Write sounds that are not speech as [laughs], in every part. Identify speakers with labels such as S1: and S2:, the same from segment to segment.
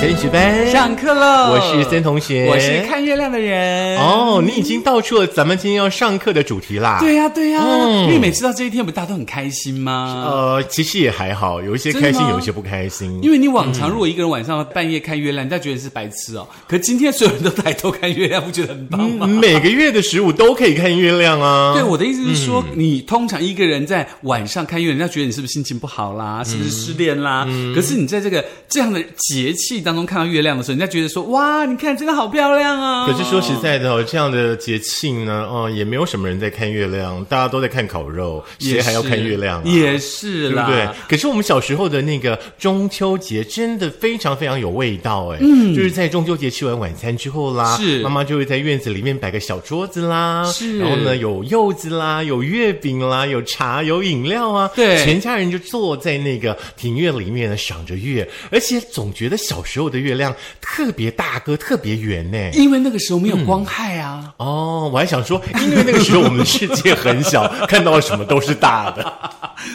S1: 三十班
S2: 上课喽！
S1: 我是森同学，
S2: 我是看月亮的人。
S1: 哦，你已经道出了咱们今天要上课的主题啦。
S2: 对呀、对呀、
S1: 嗯
S2: 因为每次到这一天，不大家都很开心吗？
S1: 呃，其实也还好，有一些开
S2: 真的
S1: 心，
S2: 吗
S1: 有一些不开心。
S2: 因为你往常如果一个人晚上半夜看月亮，大家觉得是白痴哦。可今天所有人都抬头看月亮，不觉得很棒吗？
S1: 嗯每个月的食物都可以看月亮啊。
S2: 对，我的意思是说，你通常一个人在晚上看月亮，人家觉得你是不是心情不好
S1: 嗯
S2: 啦，是不是失恋啦？可是你在这个这样的节气当中看到月亮的时候，人家觉得说，哇，你看真的好漂亮啊！
S1: 可是说实在的哦，这样的节庆呢，哦，也没有什么人在看月亮，大家都在看烤肉，
S2: 也
S1: 谁还要
S2: 是
S1: 看月亮啊？
S2: 也是
S1: 对
S2: 啦，
S1: 不对？可是我们小时候的那个中秋节真的非常非常有味道哎，嗯，就是在中秋节吃完晚餐之后啦，
S2: 是
S1: 妈妈就会在院子里面摆个小桌子啦，
S2: 是
S1: 然后呢有柚子啦，有月饼啦，有茶有饮料啊，
S2: 对
S1: 全家人就坐在那个庭院里面呢赏着月，而且总觉得小时候的月亮特别大个，特别圆呢。
S2: 因为那个时候没有光害啊。
S1: 哦，我还想说，因为那个时候我们的世界很小， [laughs] 看到什么都是大的。
S2: [laughs]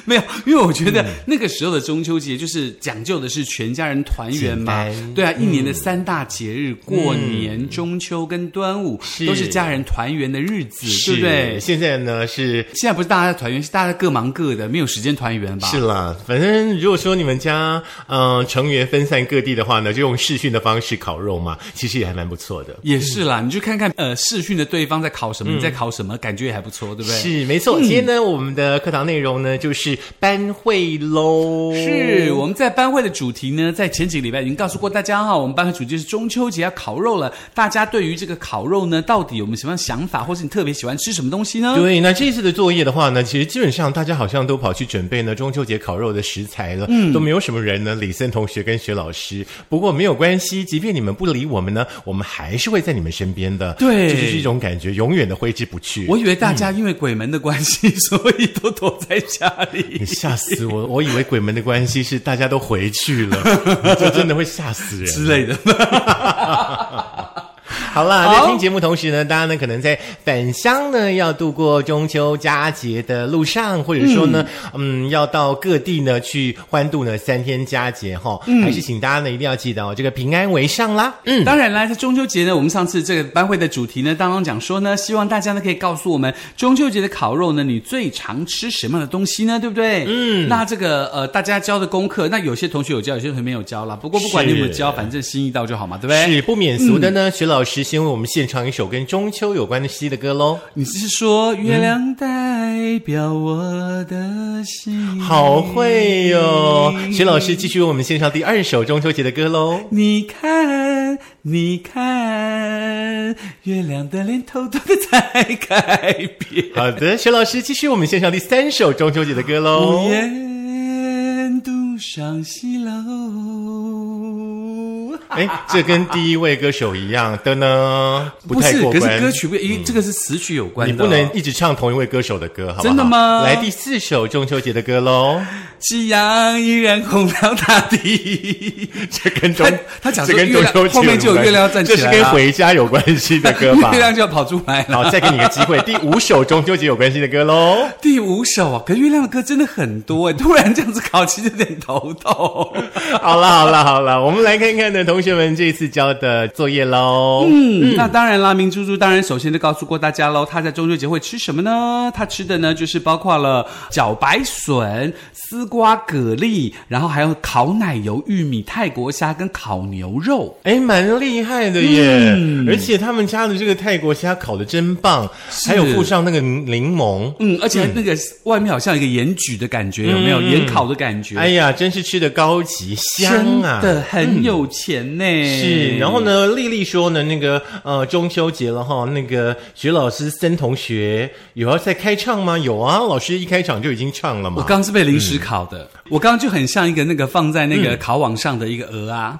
S2: 没有，因为我觉得那个时候的中秋节就是讲究的是全家人团圆嘛
S1: 简单，
S2: 对啊，一年的三大节日，过年、中秋跟端午
S1: 是
S2: 都是家人团圆的日子，对不对
S1: 是？现在呢是
S2: 现在不是大家团圆，是大家各忙各的，没有时间团圆吧？
S1: 是啦，反正如果说你们家嗯、呃成员分散各地的话呢，就用视讯的方式烤肉嘛，其实也还蛮不错的。
S2: 也是啦，你去看看，呃，视讯的对方在考什么，你在考什么，感觉也还不错，对不对？
S1: 是没错，今天呢，我们的课堂内容呢就是班会喽。
S2: 是我们在班会的主题呢，在前几个礼拜已经告诉过大家哈，我们班会主题是中秋节要烤肉了。大家对于这个烤肉呢，到底有没有什么样的想法，或是你特别喜欢吃什么东西呢？
S1: 对，那这次的作业的话呢，其实基本上大家好像都跑去准备呢中秋节烤肉的食材了，嗯，都没有什么人呢。李森同学跟薛老师，不过没有关系，即便你们不理我们呢，我们还是会在你们身边的。
S2: 对
S1: 这就是一种感觉，永远的挥之不去。
S2: 我以为大家因为鬼门的关系， [laughs] 所以都躲在家里
S1: 你。吓死我！我以为鬼门的关系是大家都回去了， [laughs] 这真的会吓死人
S2: 之。类的，
S1: 好啦，
S2: 好
S1: 在听节目同时呢，大家呢可能在返乡呢要度过中秋佳节的路上，或者说呢，嗯要到各地呢去欢度呢三天佳节哈、还是请大家呢一定要记得哦，这个平安为上啦。嗯，
S2: 当然啦，在中秋节呢，我们上次这个班会的主题呢，当中讲说呢，希望大家呢可以告诉我们，中秋节的烤肉呢，你最常吃什么样的东西呢？对不对？嗯，那这个呃，大家交的功课，那有些同学有交，有些同学没有交啦。不过不管你有没有
S1: 是
S2: 交，反正心意到就好嘛，对不对？
S1: 嗯是不免俗的呢。徐老师先为我们献唱一首跟中秋有关的西的歌喽。
S2: 你是说月亮代表我的心？
S1: 好会哟、徐老师继续为我们献上第二首中秋节的歌喽。
S2: 你看，你看，月亮的脸偷偷的在改变。
S1: [laughs] 好的，薛老师，继续我们献上第三首中秋节的歌喽
S2: 无。言独上西楼。
S1: 哎，这跟第一位歌手一样的呢，
S2: 不
S1: 太
S2: 是，
S1: 过
S2: 可是
S1: 关
S2: 歌。曲不，因为这个是词曲有关
S1: 你
S2: 的。
S1: 不 [laughs] 能一直唱同一位歌手的歌，好不好？
S2: 真的吗
S1: 来第四首中秋节的歌
S2: [laughs]
S1: 喽，
S2: 夕阳依然红到大地。
S1: 这跟中
S2: 他他讲
S1: 这
S2: 说
S1: 跟中秋节
S2: 月亮后面就有
S1: 关系
S2: 月亮站起来啊
S1: 这是跟回家有关系的歌吧
S2: [laughs] 月？亮就要跑出来了。
S1: 好，再给你个机会，第五首中秋节有关系的歌喽。
S2: 第五首啊，可是月亮的歌真的很多哎，突然这样子考，其实有点头痛。
S1: 好了，好了，好了，我们来看看呢，同学们这一次交的作业喽。
S2: 嗯，那当然啦，明珠珠当然首先就告诉过大家喽，她在中秋节会吃什么呢？她吃的呢就是包括了茭白笋、丝瓜、蛤蜊，然后还有烤奶油、玉米、泰国虾跟烤牛肉。
S1: 哎，蛮厉害的耶！
S2: 嗯
S1: 而且他们家的这个泰国虾烤的真棒，还有附上那个柠檬。
S2: 嗯，而且那个外面好像有一个盐焗的感觉，有没有盐烤的感觉？
S1: 哎呀，真是吃的高级香
S2: 真
S1: 啊！
S2: 的很有钱呢、
S1: 是，然后呢？丽丽说呢，那个呃，中秋节了哈，那个徐老师、森同学有要再开唱吗？有啊，老师一开场就已经唱了
S2: 我
S1: 嘛。
S2: 刚是被临时烤的，我刚刚就很像一个那个放在那个烤网上的一个鹅啊。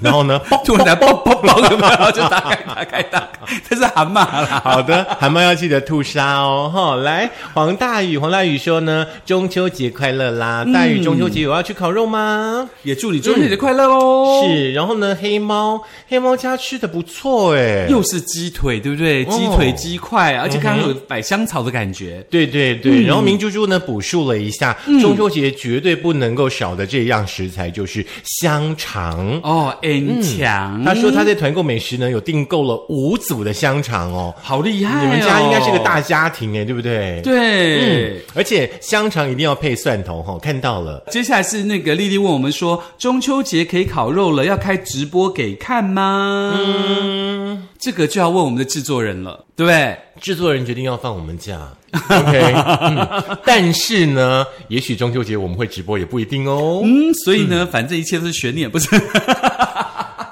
S1: 然后呢，
S2: 突然来嘣嘣嘣，有没有？就打开打开打开，这是蛤蟆啦。
S1: 好的， [laughs] 蛤蟆要记得吐沙哦，哈、来，黄大宇，黄大宇说呢，中秋节快乐啦！大
S2: 嗯
S1: 宇，中秋节有要去烤肉吗？
S2: 也祝你中秋节快乐哦！
S1: 是，然后呢，黑猫，黑猫家吃的不错哎，
S2: 又是鸡腿，对不对？
S1: 哦
S2: 鸡腿、鸡块，而且刚
S1: 嗯
S2: 刚有摆香草的感觉。
S1: 对对对，然后明珠珠呢补述了一下，中秋节绝对不能够少的这样食材就是香肠。
S2: 哦，N 强，
S1: 她说她在团购美食呢，有订购了五组的香肠哦。
S2: 好厉害哦！
S1: 你们家应该是个大家庭哎，对不对？嗯
S2: 对。
S1: 而且香肠一定要配蒜头哈、看到了。
S2: 接下来是那个丽丽问我们说，中秋节可以烤肉了，要开直播给看吗？嗯，这个就要问我们的制作人了，对不对？
S1: 制作人决定要放我们假，OK、嗯但是呢，也许中秋节我们会直播，也不一定哦。
S2: 嗯，所以呢，反正一切都是悬念，不是？
S1: [laughs]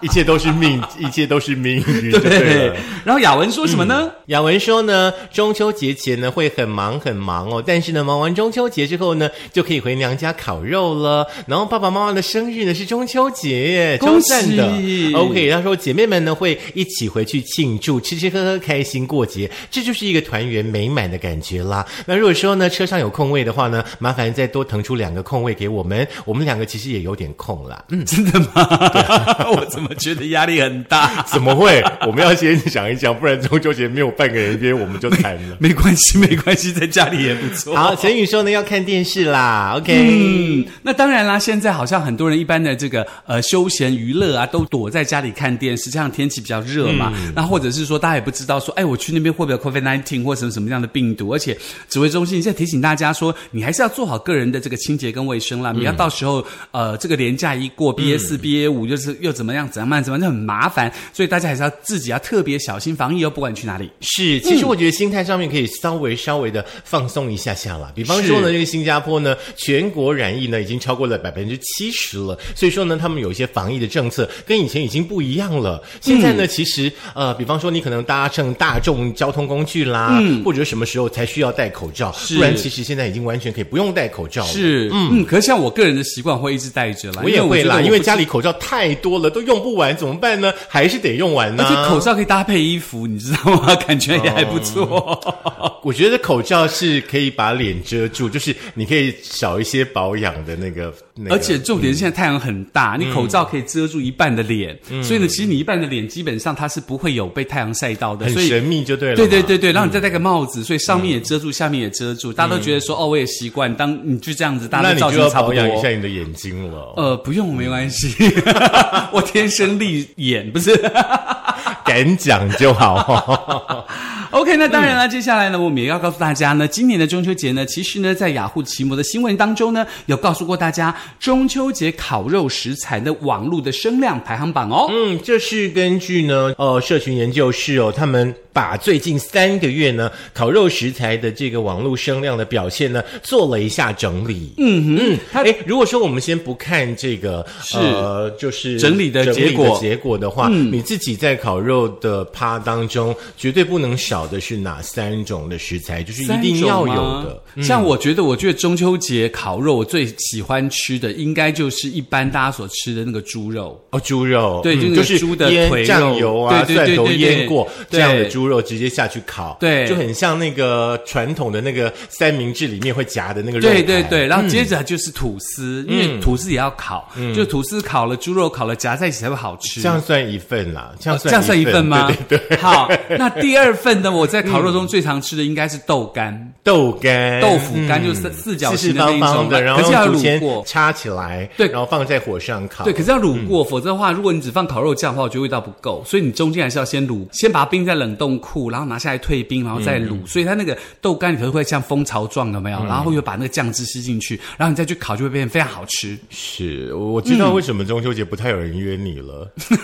S1: 一切都是
S2: [laughs]
S1: 命，一切都是命运，就对了。
S2: 然后雅文说什么呢？
S1: 雅文说呢，中秋节前呢会很忙很忙哦，但是呢，忙完中秋节之后呢，就可以回娘家烤肉了。然后爸爸妈妈的生日呢是中秋节耶，超
S2: 恭喜
S1: 赞的。OK，他说姐妹们呢会一起回去庆祝，吃吃喝喝，开心过节，这就是一个团圆美满的感觉啦。那如果说呢车上有空位的话呢，麻烦再多腾出两个空位给我们，我们两个其实也有点空啦。嗯，
S2: 真的吗？ [laughs] 我怎么觉得压力很大？
S1: [laughs] 怎么会？我们要先想一想，不然中秋节没有半个人约，我们就惨了。
S2: [laughs] 没关系，没关系，在家里也不
S1: [laughs]
S2: 错。
S1: 好，陈宇说呢要看电视啦，OK，、
S2: 嗯，那当然啦，现在好像很多人一般的这个呃休闲娱乐啊，都躲在家里看电视，加上天气比较热嘛，那或者是说大家也不知道说，哎，我去那边会不会有 COVID nineteen 或什么什么样的病毒，而且指挥中心现在提醒大家说，你还是要做好个人的这个清洁跟卫生啦，你要到时候呃这个年假一过，B A 四 B A 五又是又怎么样怎么样怎么样，就很麻烦，所以大家还是要自己要特别小心防疫哦，不管你去哪里。
S1: 是，其实我觉得心态上面可以稍微稍微的放松一下下啦。比方说呢，
S2: 是
S1: 这个新加坡呢，全国染疫呢已经超过了百分之七十了，所以说呢，他们有一些防疫的政策跟以前已经不一样了。现在呢，其实呃，比方说你可能搭乘大众交通工具啦，或者什么时候才需要戴口罩，不然其实现在已经完全可以不用戴口罩了。
S2: 是，嗯，可是像我个人的习惯会一直带着啦，
S1: 哎我也会
S2: 觉得
S1: 啦，
S2: 我
S1: 因为
S2: 不
S1: 家里口罩太多了，都用不完，怎么办呢？还是得用完呢、啊
S2: 而且口罩可以搭配衣服，你知道吗？ [laughs] 感觉也还不
S1: 哦
S2: 错。
S1: 我觉得口罩是可以把脸遮住，就是你可以少一些保养的那个。那个、
S2: 而且重
S1: 嗯
S2: 点是现在太阳很大，你口罩可以遮住一半的脸，
S1: 嗯
S2: 所以呢，其实你一半的脸基本上它是不会有被太阳晒到的，
S1: 很
S2: 所以。
S1: 神秘就对了。嗯
S2: 对对。对对，然后你再戴个帽子，所以上面也遮住，下面也遮住，大家都觉得说哦，我也习惯。当你就这样子，大
S1: 那
S2: 家
S1: 你
S2: 都造
S1: 就
S2: 型
S1: 要
S2: 差不
S1: 保
S2: 多
S1: 养。一下你的眼睛了， [laughs]
S2: 呃，不用没关系， [laughs] 我天生丽眼不是。
S1: 敢讲就好。
S2: OK，那当然了，接下来呢，我们也要告诉大家呢，今年的中秋节呢，其实呢，在雅虎奇摩的新闻当中呢，有告诉过大家中秋节烤肉食材的网络的声量排行榜哦。
S1: 嗯，这是根据呢，呃，社群研究室哦，他们把最近三个月呢烤肉食材的这个网络声量的表现呢做了一下整理。嗯哼，
S2: 它
S1: 哎，如果说我们先不看这个呃，就是
S2: 整理的
S1: 整
S2: 结
S1: 理
S2: 果
S1: 结果嗯的话，你自己在烤肉的趴当中绝对不能少的是哪三种的食材，就是一
S2: 嗯
S1: 定要有
S2: 三种吗
S1: 的。
S2: 像我觉得，我觉得中秋节烤肉，我最喜欢吃的应该就是一般大家所吃的那个猪肉。
S1: 哦，猪肉，
S2: 对就
S1: 嗯
S2: 是
S1: 就是
S2: 猪的
S1: 腌
S2: 腿肉
S1: 酱油啊，
S2: 对对
S1: 蒜
S2: 对
S1: 头
S2: 对对
S1: 腌过这
S2: 对
S1: 样的猪肉直接下去烤，
S2: 对
S1: 就很像那个传统的那个三明治里面会夹的那个肉，
S2: 对对，对，然后接着就是吐司，因为吐司也要烤，就吐司烤了，猪肉烤了，夹在一起才会好吃。
S1: 这样算一哦份啦，这样
S2: 哦这样算一份吗？
S1: 对对对，
S2: [laughs] 好，那第二份呢？我在烤肉中最常吃的应该是豆干。
S1: 豆干、
S2: 豆腐干就是
S1: 嗯
S2: 四角
S1: 四
S2: 形
S1: 四
S2: 的那一
S1: 方
S2: 种
S1: 方的，
S2: 吧
S1: 然
S2: 可
S1: 后
S2: 是要
S1: 竹
S2: 卤
S1: 签
S2: 过
S1: 插起来，
S2: 对
S1: 然后放在火上烤，
S2: 对，可是要卤过，否则的话，如果你只放烤肉酱的话，我觉得味道不够，所以你中间还是要先卤，先把它冰在冷冻库，然后拿下来退冰，然后再卤，所以它那个豆干里头会像蜂巢状，有没有？然后又把那个酱汁吸进去，然后你再去烤，就会变得非常好吃。
S1: 是，我我知
S2: 嗯
S1: 道为什么中秋节不太有人约你了， [laughs]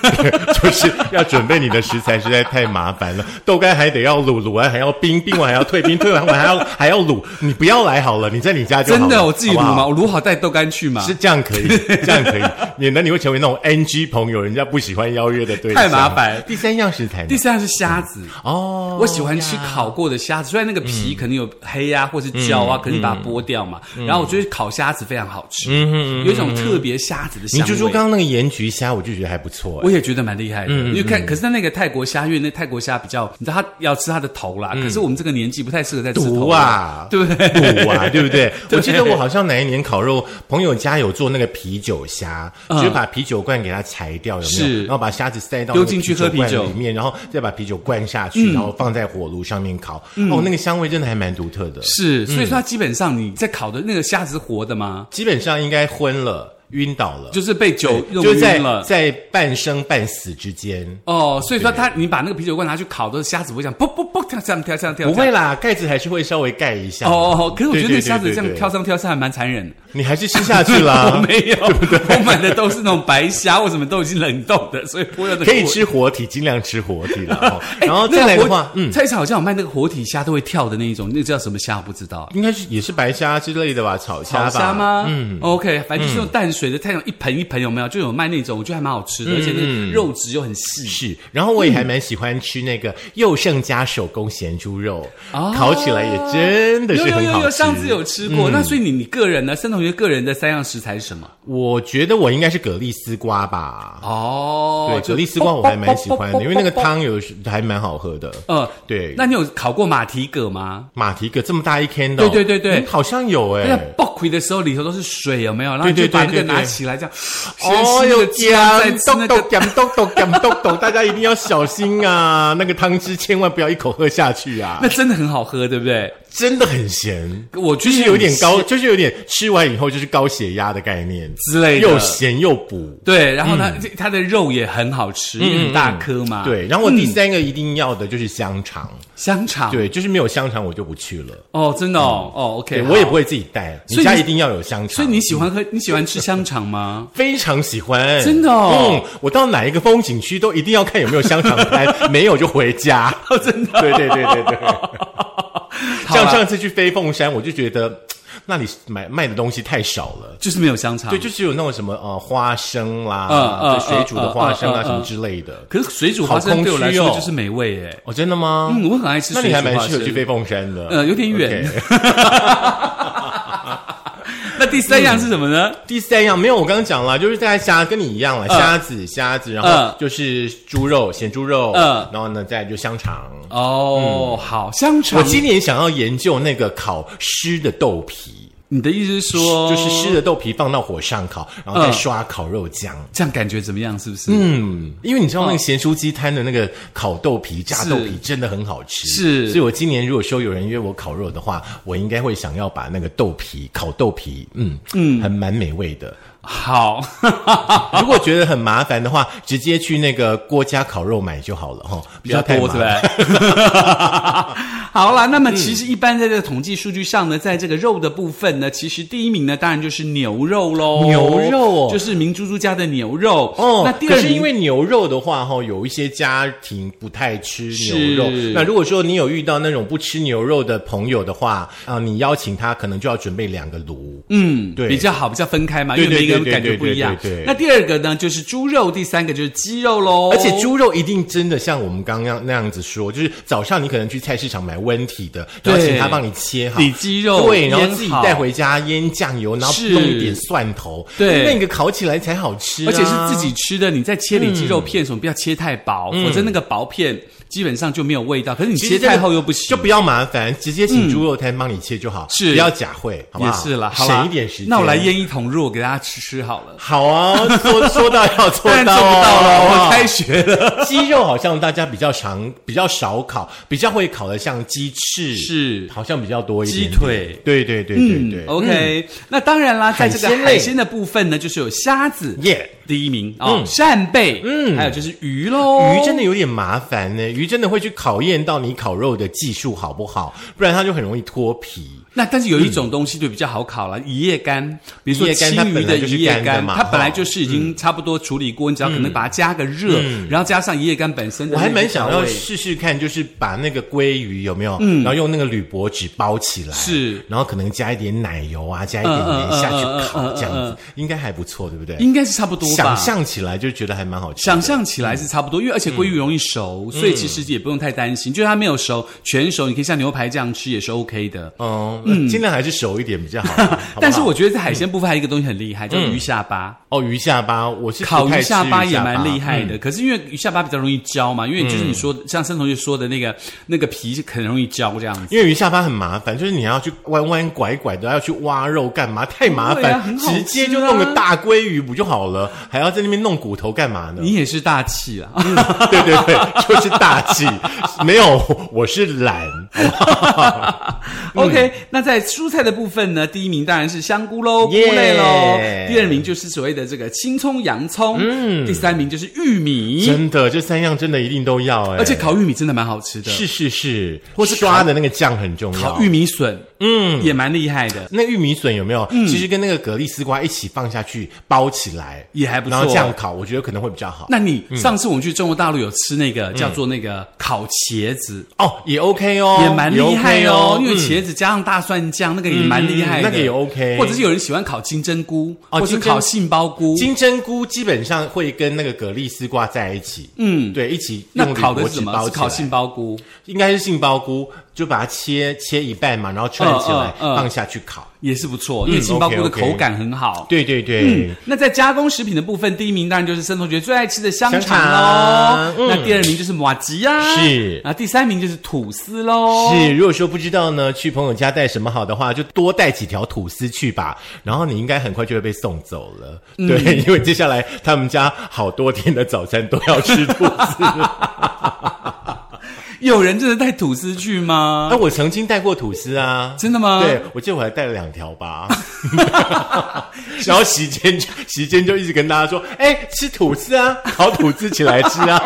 S1: 就是要准备你的食材实在太麻烦了。豆干还得要卤，卤完还要冰，冰完还要退冰，退完完还要 [laughs] 还要卤。你不要来好了，你在你家就好了
S2: 真的，我自己卤？
S1: 好不
S2: 嘛，
S1: 好
S2: 我卤好带豆干去嘛，
S1: 是这样可以，这样可以，免得你会成为那种 NG 朋友，人家不喜欢邀约的对象，
S2: 太麻烦。
S1: 第三样食材呢
S2: 第？三是虾子，
S1: 哦，
S2: 我喜欢吃
S1: 呀嗯
S2: 烤过的虾子，虽然那个皮可能有黑呀、或是焦啊，可是你把它剥掉嘛。然后我觉得烤虾子非常好吃，
S1: 嗯
S2: 有一种特别虾子的
S1: 你
S2: 香味。
S1: 猪猪刚刚嗯那个盐焗虾，我就觉得还不错、哎
S2: 我也觉得蛮厉害的，因为看，可是它那个泰国虾，因为那泰国虾比较，你知道它要吃它的头啦，可是我们这个年纪不太适合再吃头
S1: 嗯毒
S2: 啦，
S1: 啊，
S2: 对 [laughs] 不对？
S1: 补啊，对不对？
S2: [laughs] 对
S1: 我记得我好像哪一年烤肉，朋友家有做那个啤酒虾，
S2: 嗯
S1: 就是把啤酒罐给它裁掉，有没有？
S2: 是
S1: 然后把虾子塞到
S2: 丢进去喝啤酒嗯
S1: 那个罐里面，然后再把啤酒灌下去，然后放在火炉上面烤。哦，那个香味真的还蛮独特的。
S2: 是，所以说它基本上你在烤的那个虾子是活的吗？
S1: 基本上应该昏了，晕倒了，
S2: 就是被酒
S1: 对
S2: 弄
S1: 就是在
S2: 晕了。
S1: 在半生半死之间。
S2: 哦，所以说它，你把那个啤酒罐拿去烤的虾子不会这样，啵啵啵跳这样跳这样跳，
S1: 不会啦，盖子还是会稍微盖一下。
S2: 哦哦，可是我觉得那
S1: 对
S2: 个虾子这
S1: 对
S2: 样
S1: 对
S2: 跳上跳下还蛮残忍的。
S1: 你还是吃下去
S2: [laughs] 我
S1: 啦。
S2: 没有，我买的都是那种白虾，为什么都已经冷冻的，所以不会有那个
S1: 可以
S2: 味。
S1: 吃活体，尽量吃活体
S2: [laughs]
S1: 了。哦
S2: 哎
S1: 然后
S2: 那个
S1: 再来的
S2: 活
S1: 话，嗯，
S2: 菜市场好像有卖那个活体虾都会跳的那一种，那个叫什么虾我不知道。
S1: 应该是也是白虾之类的吧，炒虾
S2: 烤
S1: 吧？
S2: 虾吗？嗯，OK，反正就是用淡水的太阳一盆一盆有没有？就有卖那种，我觉得还蛮好吃的，而且那个肉质又很细。
S1: 嗯是，然后我也还蛮喜欢吃那个佑胜家手工咸猪肉，烤起来也真的
S2: 有
S1: 是
S2: 有
S1: 很
S2: 啊有
S1: 好
S2: 有，
S1: 吃。嗯
S2: 上次有吃过。那所以你你个人呢，森同学个人的三样食材是什么？
S1: 我觉得我应该是蛤蜊丝瓜吧。
S2: 哦
S1: 对，，蛤蜊丝瓜我还蛮喜欢的，因为那个汤有时还蛮好喝的。
S2: 呃，
S1: 对，
S2: 那你有烤过马蹄蛤吗？
S1: 马蹄蛤这么大一坑的哦，
S2: 对对对对
S1: 嗯好像有哎、
S2: 那爆葵的时候里头都是水，有没有？然后你就
S1: 对对对
S2: 把那个
S1: 对对
S2: 拿起来这样，
S1: 哦，
S2: 有
S1: 有
S2: 姜，再
S1: 姜，
S2: 吃那
S1: 咚
S2: 个
S1: 咚咚
S2: [laughs]
S1: 咚咚咚咚咚，大家一定要小心啊！那个汤汁千万不要一口喝下去啊
S2: 那，真的很好喝，对不对？
S1: 真的很咸，
S2: 我觉
S1: 就
S2: 得
S1: 是有点
S2: 很
S1: 高，
S2: 咸
S1: 就是有点吃完以后就是高血压的概念
S2: 之类的
S1: 又嗯咸又补。
S2: 对，然后它它的肉也很好吃，因为很大颗嘛。，
S1: 嗯对，然后我第三个一定要的就是香肠，
S2: 香肠。
S1: 对，就是没有香肠我就不去了，
S2: 哦，真的哦，哦，OK，
S1: 对我也
S2: 好
S1: 不。会自己带，
S2: 所
S1: 你
S2: 以
S1: 家
S2: 你
S1: 一定要有香肠。
S2: 所以你喜欢喝，你喜欢吃香
S1: [laughs]
S2: 肠吗？
S1: 非常喜欢，
S2: 真的哦
S1: 嗯，我到哪一个风景区都一定要看有没有香肠
S2: [laughs]
S1: 摊，没有就回家。
S2: 哦，真的。
S1: 对对对对对，
S2: 好
S1: 像
S2: 啦
S1: 上次去飞凤山，我就觉得嘖那里买卖的东西太少了。
S2: 就是没有香肠。
S1: 对，就只有那种什么呃花生啦，
S2: 嗯嗯
S1: 对水煮的花生
S2: 嗯
S1: 啊，
S2: 嗯
S1: 什么之类的。
S2: 可是水煮
S1: 好
S2: 花生对我
S1: 空虚
S2: 来说
S1: 哦
S2: 就是美味哎。
S1: 哦，真的吗？
S2: 嗯，我很爱吃
S1: 那
S2: 水煮
S1: 你
S2: 花
S1: 还
S2: 生。
S1: 蛮适合去飞凤山的。
S2: 呃，有点远
S1: OK。 [laughs]
S2: 那第三样是什么呢？
S1: 第三样没有，我刚刚讲了，就是在虾，跟你一样了，虾子、虾子，然
S2: 嗯
S1: 后就是猪肉、咸猪肉，
S2: 嗯
S1: 然后呢，再来就香肠。
S2: 哦，好，香
S1: 嗯
S2: 肠
S1: 我。今年想要研究那个烤湿的豆皮，
S2: 你的意思是说，
S1: 就是湿的豆皮放到火上烤，然后再
S2: 嗯
S1: 刷烤肉酱。
S2: 这样感觉怎么样？是不是？
S1: 嗯，因为你知道那个咸酥鸡摊的那个烤豆皮、炸
S2: 是
S1: 豆皮真的很好吃，
S2: 是
S1: 所以我今年如果说有人约我烤肉的话，我应该会想要把那个豆皮烤豆皮，嗯嗯，很蛮美味的。
S2: 好，
S1: 如果觉得很麻烦的话，直接去那个郭家烤肉买就好了哈，
S2: [laughs] 比较
S1: 不要太嗯
S2: 多，
S1: 麻
S2: 对不
S1: 烦
S2: 对？ [laughs] 好啦，那么其实一般在这个统计数据上呢，在这个肉的部分呢，其实第一名呢，当然就是牛肉喽。
S1: 牛肉哦
S2: 就是明珠珠家的牛肉。
S1: 哦，
S2: 那第二
S1: 可是
S2: 名
S1: 因为牛肉的话，哈，有一些家庭不太吃牛肉
S2: 是。
S1: 那如果说你有遇到那种不吃牛肉的朋友的话，啊、你邀请他可能就要准备两个炉。嗯，对，
S2: 比较好，比较分开嘛，因
S1: 对
S2: 为每
S1: 对
S2: 个人
S1: 对对
S2: 感觉
S1: 对
S2: 不一样
S1: 对对。对
S2: 那第二个呢，就是猪肉，第三个就是鸡肉喽。
S1: 而且猪肉一定真的像我们刚刚那样子说，就是早上你可能去菜市场买温体的，然后
S2: 对
S1: 请他帮你切好
S2: 里脊肉
S1: 对，然后
S2: 腌好
S1: 自己带回家腌酱油，然后
S2: 是
S1: 弄一点蒜头，
S2: 对
S1: 那个烤起来才好吃、啊，
S2: 而且是自己吃的，你在切里脊肉片什么，不要切太薄，
S1: 嗯
S2: 否则那个薄片基本上就没有味道。可是你
S1: 其
S2: 切
S1: 实这个
S2: 太厚又不行，
S1: 就不要麻烦，直接请猪肉摊帮你切就好，
S2: 是
S1: 不要假会，好不
S2: 也
S1: 好？
S2: 是啦，好啦
S1: 啊省一点时间。
S2: 那我来。腌一桶肉给大家吃吃好了。
S1: 好啊，说说到要
S2: [laughs]
S1: 做
S2: 当然
S1: 到
S2: 做不
S1: 哦
S2: 到了，
S1: 好
S2: 我
S1: 不
S2: 开 [laughs]
S1: 好
S2: 学了。
S1: [laughs] 鸡肉好像大家比较常、比较少烤，比较会烤的像鸡翅，
S2: 是
S1: 好像比较多一点点
S2: 鸡腿，
S1: 对对对对对。
S2: 嗯 OK，那当然啦，在这个
S1: 海鲜类
S2: 海鲜的部分呢，就是有虾子，
S1: 耶
S2: 第一名哦，
S1: 嗯
S2: 扇贝，嗯，
S1: 嗯
S2: 还有就是鱼喽，
S1: 鱼真的有点麻烦呢，鱼真的会去考验到你烤肉的技术好不好，不然它就很容易脱皮。
S2: 那但是有一种东西就比较好烤了，一夜干，比如
S1: 嗯
S2: 说
S1: 一夜干它
S2: 青鱼
S1: 本
S2: 的
S1: 来就是去
S2: 椰
S1: 干的
S2: 干，
S1: 嘛嗯
S2: 它本来
S1: 哈
S2: 就是已经差不多处理过，你只要可能把它加个热，然后加上椰干本身
S1: 嗯
S2: 的
S1: 我
S2: 那个
S1: 还
S2: 调味，
S1: 蛮想要试试看，就是把那个鲑鱼有没有，然后用那个铝箔纸包起来，
S2: 嗯是
S1: 然后可能加一点奶油啊，加一点
S2: 嗯嗯
S1: 盐
S2: 嗯
S1: 下去
S2: 嗯嗯
S1: 烤，
S2: 嗯
S1: 这样
S2: 嗯
S1: 子应该还不错，对不对？
S2: 应该是差不多吧。
S1: 想象起来就觉得还蛮好吃的。
S2: 想象起来是差不多，因为而且鲑鱼容易熟，
S1: 嗯
S2: 所以其实也不用太担心。就是它没有熟，全熟，你可以像牛排这样吃也是 OK 的。
S1: 嗯，尽量还是熟一点比较好好不好。
S2: [laughs]
S1: 嗯
S2: 但是我觉得在海鲜部分还有一个东西很厉害，叫鱼下巴。
S1: 哦，鱼下巴我是不
S2: 烤
S1: 太
S2: 鱼
S1: 吃
S2: 下巴也蛮厉害
S1: 嗯
S2: 的，可是因为鱼下巴比较容易焦嘛，因为就是你说的像申同学说的那个那个皮很容易焦这样子。
S1: 因为鱼下巴很麻烦，就是你要去弯弯拐拐的，要去挖肉干嘛？太麻
S2: 不会
S1: 烦，
S2: 啊很好吃啊
S1: 直接就弄个大鲑鱼不就好了？还要在那边弄骨头干嘛呢？
S2: 你也是大气啊啦，
S1: 嗯对对对，就是大气。没有，我是懒。
S2: [laughs] OK，、那在蔬菜的部分呢，第一名当然是香菇喽，菇
S1: 耶嗯
S2: 类喽。第二名就是所谓的这个青葱、洋葱。第三名就是玉米，
S1: 真的，这三样真的一定都要哎、
S2: 而且烤玉米真的蛮好吃的，
S1: 是啊是是，
S2: 或是烤
S1: 刷的那个酱很重要
S2: 烤。玉米笋，嗯，也蛮厉害的，
S1: 那玉米笋有没有？其实跟那个蛤蜊丝瓜一起放下去包起来，
S2: 也还不
S1: 然后嗯这
S2: 错
S1: 样。烤，我觉得可能会比较好。
S2: 那你上次我们去中国大陆有吃那
S1: 嗯
S2: 个叫做那个烤茄子，
S1: 哦，也 OK 哦，
S2: 也蛮厉害
S1: OK
S2: 哦，因为
S1: 嗯
S2: 茄子加上大蒜酱，那个也蛮厉害的，
S1: 嗯那个也 OK
S2: 或者是有人喜欢烤金针菇，
S1: 哦
S2: 或是
S1: 金针
S2: 烤杏鲍菇，
S1: 金针菇基本上会跟那个蛤蜊丝瓜在一起，嗯，对，一起
S2: 那
S1: 用铝
S2: 烤的
S1: 箔
S2: 是
S1: 纸
S2: 什么？
S1: 包
S2: 是
S1: 起
S2: 烤
S1: 来，
S2: 杏鲍菇。
S1: 应该是杏鲍菇，就把它切切一半嘛，然后串起来、
S2: 嗯嗯嗯
S1: 放下去烤。
S2: 也是不
S1: 嗯
S2: 错，因为杏鲍菇的口感很好。
S1: 对对对，
S2: 那在加工食品的部分，第一名当然就是申同学最爱吃的香
S1: 香
S2: 肠
S1: 肠
S2: 喽。
S1: 嗯
S2: 那第二名就是马吉呀、
S1: 是
S2: 啊，第三名就是吐司喽。
S1: 是。如果说不知道呢，去朋友家带什么好的话，就多带几条吐司去吧，然后你应该很快就会被送走了。
S2: 嗯
S1: 对，因为接下来他们家好多天的早餐都要吃吐
S2: [laughs]
S1: 司。
S2: 有人真的带吐司去吗？
S1: 哎那我曾经带过吐司啊，
S2: 真的吗
S1: 对，我记得我还带了两条
S2: [laughs]
S1: 吧。 [laughs] 然后席间就席间就一直跟大家说：“哎，吃吐司啊，烤吐司起来吃啊。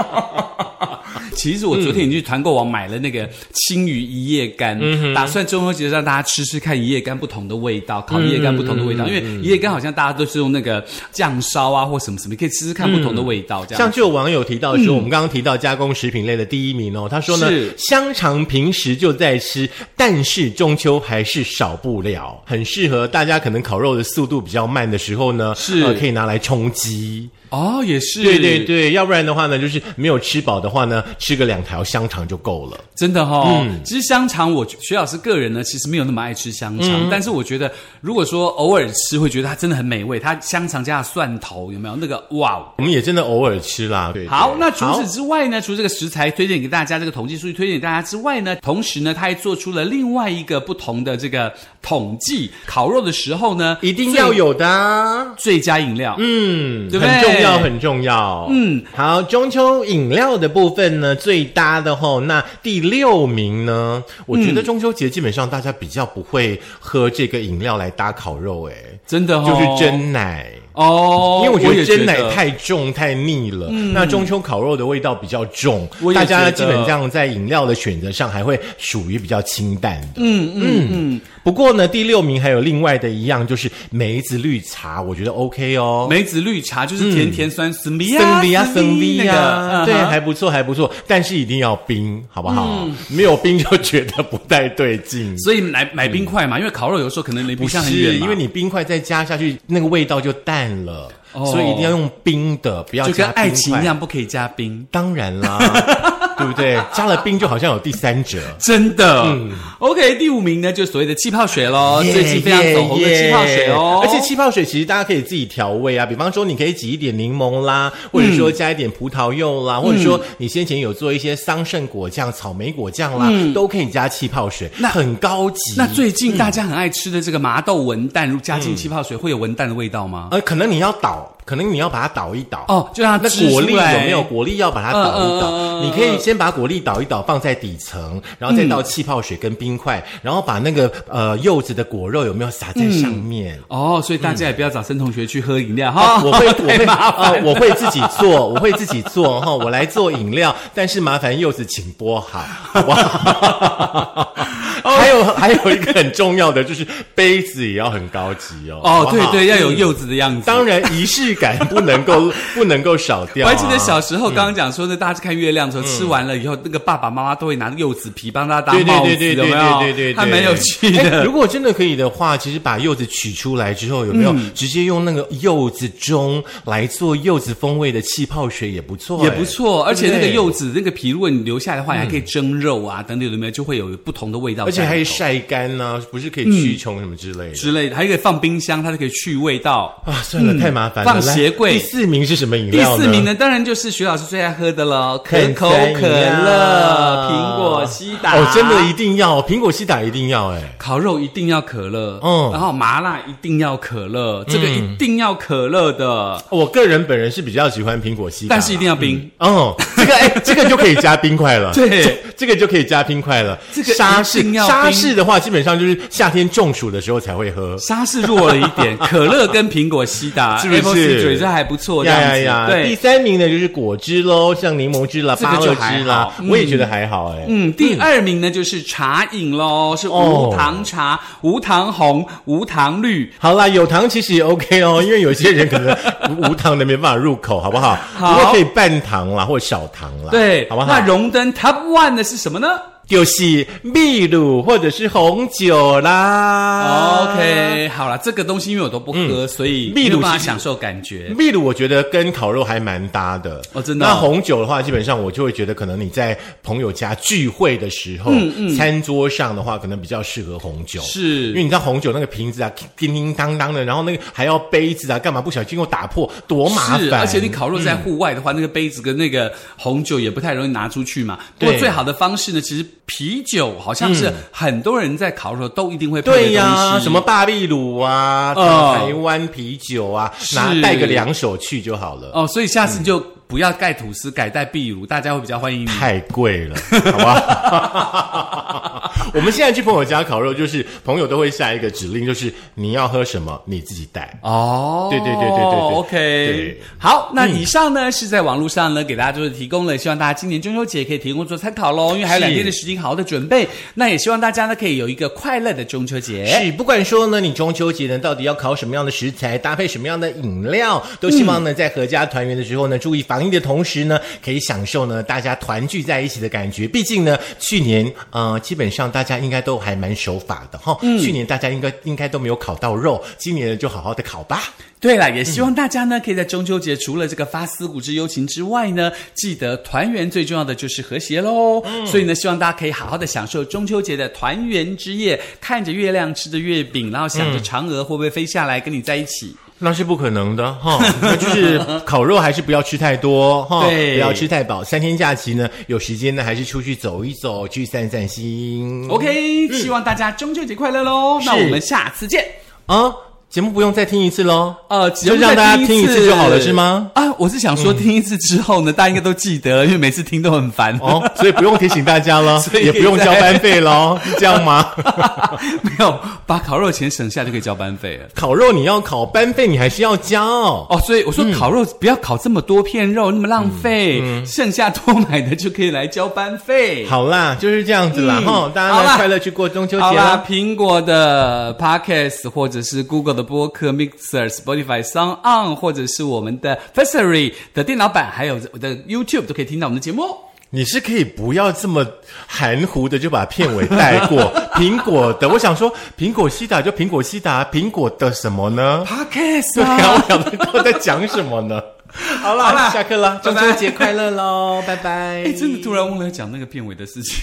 S2: 其实我昨天已经去团购网买了那个青鱼一夜干，
S1: 嗯
S2: 打算中秋节让大家吃吃看一夜干不同的味道，烤一夜干不同的味道，
S1: 嗯
S2: 因为一夜干好像大家都是用那个酱烧啊或什么什么，可以吃吃看不同的味 [laughs] 道”这
S1: 嗯
S2: 样。
S1: 像就有网友提到说，我们刚刚提到加工食品类的第一名哦，他说呢
S2: 是，
S1: 香肠平时就在吃，但是中秋还是少不了，很适合大家可能烤肉的速度比较慢的时候呢，
S2: 是
S1: 呃可以拿来充饥。
S2: 哦，也是，
S1: 对对对，要不然的话呢，就是没有吃饱的话呢，吃个两条香肠就够了。
S2: 真的哈、哦，
S1: 嗯
S2: 其实香肠我徐老师个人呢，其实没有那么爱吃香肠，
S1: 嗯
S2: 但是我觉得如果说偶尔吃，会觉得它真的很美味。它香肠加蒜头有没有那个哇哦？
S1: 我们也真的偶尔吃啦。对
S2: 好，
S1: 对
S2: 那除
S1: 好
S2: 此之外呢，除这个食材推荐给大家，这个统计数据推荐给大家之外呢，同时呢，他还做出了另外一个不同的这个统计，烤肉的时候呢，
S1: 一定要
S2: 最
S1: 有的、啊。
S2: 最佳饮料，
S1: 嗯，
S2: 对不对
S1: 很重要，很重要。嗯，好，中秋饮料的部分呢，最搭的吼，那第六名呢，我觉得中秋节基本上大家比较不会喝这个饮料来搭烤肉、诶，
S2: 真的哦，
S1: 就是真奶。
S2: 哦，
S1: 因为我觉
S2: 也
S1: 得真奶
S2: 得嗯
S1: 太重太腻了，那中秋烤肉的味道比较重
S2: 我，也
S1: 大家
S2: 觉
S1: 基
S2: 得
S1: 本上在饮料的选择上还会属于比较清淡的。嗯嗯嗯。不过呢，第六名还有另外的一样，就是梅子绿茶，我觉得 OK 哦。
S2: 梅子绿茶就是甜甜酸酸，米
S1: 森
S2: 米
S1: 利啊，森利
S2: 那个
S1: 啊，对，
S2: 嗯哼
S1: 还不错，还不错，但是一定要冰，好不好？
S2: 嗯
S1: 没有冰就觉得不太对劲。
S2: 所以买买冰块嘛，因为烤肉有时候可能离 [laughs]
S1: 嗯
S2: 冰
S1: 不
S2: 箱很远
S1: 是，
S2: 嘛，
S1: 因为你冰块再加下去，那个味道就淡了，所以一定要用冰的，不要
S2: 哦就
S1: 加
S2: 跟爱情
S1: 冰
S2: 一
S1: 块
S2: 样不可以加冰。
S1: 当然
S2: [laughs]
S1: 啦，对不对？加了冰就好像有第三者。
S2: 真的、o
S1: 嗯
S2: k 第五名呢，就所谓的气泡水喽
S1: 耶
S2: 哦最近非常走红的
S1: 耶
S2: 气泡水哦，
S1: 而且气泡水其实大家可以自己调味啊，比方说你可以挤一点柠檬啦，
S2: 嗯
S1: 或者说加一点葡萄柚啦，或者说你先前有做一些桑葚果酱、草莓果酱啦，都可以加气泡水，
S2: 嗯那
S1: 很高级。
S2: 那最近
S1: 嗯
S2: 大家很爱吃的这个麻豆文旦，如果加进气泡水，会有文旦的味道吗？
S1: 呃，可能你要倒，可能你要把它倒一倒。
S2: 哦，就让它
S1: 那
S2: 汁
S1: 果粒
S2: 出来
S1: 有没有？？果粒要把它倒一倒，
S2: 嗯嗯嗯嗯
S1: 你可以先把果粒倒一倒，放在底层，然后再倒气泡水跟冰块，然后把那个呃柚子的果肉有没有撒在上面？
S2: 哦，所以大家
S1: 嗯
S2: 也不要找申同学去喝饮料哈、
S1: 啊，我会，我
S2: [laughs] 太
S1: 会，
S2: 麻
S1: 啊
S2: 烦，了
S1: 我会自己做，我会自己做哈、我来
S2: [laughs] 哦
S1: 做饮料，但是麻烦柚子请剥好，好不好？还有有还有一个很重要的就是杯子也要很高级哦。好
S2: 哦，
S1: 不
S2: 对
S1: 好
S2: 对，要有柚子的样子。
S1: 当然仪式感不能够不能够少掉、
S2: 我
S1: 啊。
S2: 还记得小时候，刚刚讲说呢，大家去看月亮的时候，吃完了以后，那个爸爸妈妈都会拿柚子皮帮大家当
S1: 对对
S2: 帽
S1: 对
S2: 子，
S1: 对
S2: 有
S1: 对
S2: 没有？
S1: 对对对，
S2: 还蛮有趣 [laughs]
S1: 哎
S2: 的
S1: 如。果真的可以的话，其实把柚子取出来之后，有没有
S2: 嗯
S1: 直接用那个柚子盅来做柚子风味的气泡水也不错，
S2: 也
S1: 哎
S2: 不。错，而且
S1: 对
S2: 那个柚子那个皮，如果你留下来的话，你还可以蒸肉啊，等等，有没有就会有不同的味道
S1: 哎而
S2: 在里头，
S1: 且还可以晒干呢、不是可以驱虫什么之类的、
S2: 之类的，还可以放冰箱，它就可以去味道。
S1: 啊？算了，太麻烦了。
S2: 放
S1: 来
S2: 鞋柜
S1: 第四名是什么饮
S2: 第
S1: 料呢？
S2: 四名呢，当然就是徐老师最爱喝的了，可
S1: 很
S2: 口
S1: 酸饮料？
S2: 可乐、苹果西打。
S1: 哦，真的一定要苹果西打一定要哎、
S2: 烤肉一定要可乐，
S1: 嗯
S2: 然后麻辣一定要可乐，这个一定要可乐的，
S1: 我个人本人是比较喜欢苹果西打啦，
S2: 但是一定要冰。
S1: 哦，这个哎，这个就可以加冰块了。
S2: 对
S1: 这，这个就可以加冰块了。
S2: 这个
S1: 沙
S2: 一
S1: 士
S2: 定要冰
S1: 沙士的话，基本上就是夏天中暑的时候才会喝。
S2: 沙士弱了一
S1: [laughs]
S2: 点，可乐跟苹果西打
S1: 是不是
S2: Apple Cider 这还不错，这
S1: 呀呀
S2: 样
S1: 呀！
S2: 子。
S1: 第
S2: 对，
S1: 三名呢就是果汁喽，像柠檬汁啦、
S2: 这个
S1: 芭乐
S2: 就还
S1: 汁啦
S2: 好，嗯
S1: 我也觉得还好哎。
S2: 嗯，第二名呢就是茶饮喽，是
S1: 哦
S2: 无糖茶、无糖红、无糖绿。
S1: 好啦，有糖其实也 OK
S2: [laughs]
S1: 哦，因为有些人可能无无糖的没办法入口，好不好？
S2: 好
S1: 不过可以半糖啦，或少糖啦，
S2: 对，
S1: 啊好不好？
S2: 那荣登 Top One 的是什么呢
S1: 就是秘鲁或者是红酒啦。
S2: ？OK，好了，这个东西因为我都不喝，所以
S1: 啊嗯秘鲁
S2: 没有办法
S1: 其实
S2: 享受感觉。
S1: 秘鲁我觉得跟烤肉还蛮搭的
S2: 哦真的哦
S1: 那红酒的话，基本上我就会觉得，可能你在朋友家聚会的时候，
S2: 嗯
S1: 餐桌上的话，可能比较适合红酒。
S2: 是
S1: 因为你知道红酒那个瓶子啊，叮叮当当的，然后那个还要杯子啊，干嘛不小心又打破，多麻
S2: 是，
S1: 烦。嗯
S2: 而且你烤肉在户外的话，那个杯子跟那个红酒也不太容易拿出去嘛。不过
S1: 对嗯
S2: 最好的方式呢，其实啤酒好像是很多人在烤肉的时候都一定会配的
S1: 对呀、
S2: 东西，
S1: 什么巴秘鲁啊，
S2: 哦
S1: 台湾啤酒啊，
S2: 是
S1: 拿带个两手去就好了。
S2: 哦，所以下次你就不要盖吐司，改带壁炉，大家会比较欢迎你。
S1: 太贵了，好吧？ [laughs] 我们现在去朋友家烤肉，就是朋友都会下一个指令，就是你要喝什么你自己带。
S2: 哦，
S1: 对对对对对对
S2: ，OK，
S1: 对
S2: 好，那以上呢、是在网络上呢给大家就是提供了，希望大家今年中秋节可以提供做参考喽，因为还有两
S1: 是
S2: 天的时间好好的准备。那也希望大家呢可以有一个快乐的中秋节。
S1: 是，不管说呢，你中秋节呢，到底要烤什么样的食材，搭配什么样的饮料，都希望呢，在合家团圆的时候呢，注意防疫的同时呢，可以享受呢大家团聚在一起的感觉。毕竟呢，去年呃，基本上大家应该都还蛮守法的哈。去年大家应该应该都没有烤到肉，今年就好好的烤吧。
S2: 对了，也希望大家呢，可以在中秋节除了这个发思古之幽情之外呢，记得团圆最重要的就是和谐喽。
S1: 嗯
S2: 所以呢，希望大家可以好好的享受中秋节的团圆之夜，看着月亮，吃着月饼，然后想着嫦娥会不会飞下来跟你在一起。
S1: 那是不可能的哈，那 [laughs] 就是烤肉还是不要吃太多哈，
S2: 对
S1: 不要吃太饱。三天假期呢，有时间呢还是出去走一走，去散散心。
S2: OK，希望大家中秋节快乐喽！那
S1: 嗯是
S2: 我们下次见。
S1: 啊，节目不用再听一次喽。
S2: 呃，节目
S1: 就让大家
S2: 再
S1: 听一次就好了是吗？嗯
S2: 啊，我是想说听一次之后呢，大家应该都记得了，因为每次听都很烦。 [laughs]
S1: 哦，所以不用提醒大家了
S2: 所，以
S1: 也不用交班费喽， [laughs] 是这样吗？
S2: 没有把烤肉钱省下就可以交班费了。
S1: 烤肉你要烤，班费你还是要交。
S2: 哦，所以我说烤肉不要烤这么多片肉，那么浪费，剩下多买的就可以来交班费。
S1: 好啦，就是这样子啦
S2: 嗯
S1: 哈，大
S2: 好
S1: 家
S2: 啦
S1: 来快乐去过中秋
S2: 好
S1: 节
S2: 啦
S1: 啦。，
S2: 苹果的 Podcast 或者是 Google 的播客 Mixer、Spotify、s o n On，或者是我们的 f e s s o r y 的电脑版，还有我的 YouTube 都可以听到我们的节目哦。
S1: 你是可以不要这么含糊的就把片尾带
S2: [laughs]
S1: 过苹果的，我想说苹果西打就苹果西打，苹果的什么
S2: [laughs]
S1: 呢？
S2: Podcast
S1: 对
S2: 啊
S1: 啊，我想说到底在讲什么呢？好啦，
S2: [laughs] 好啦
S1: 下课啦，
S2: 拜
S1: 中
S2: 拜
S1: 秋节快乐喽，拜拜！
S2: 哎哎，真的突然忘了讲那个片尾的事情。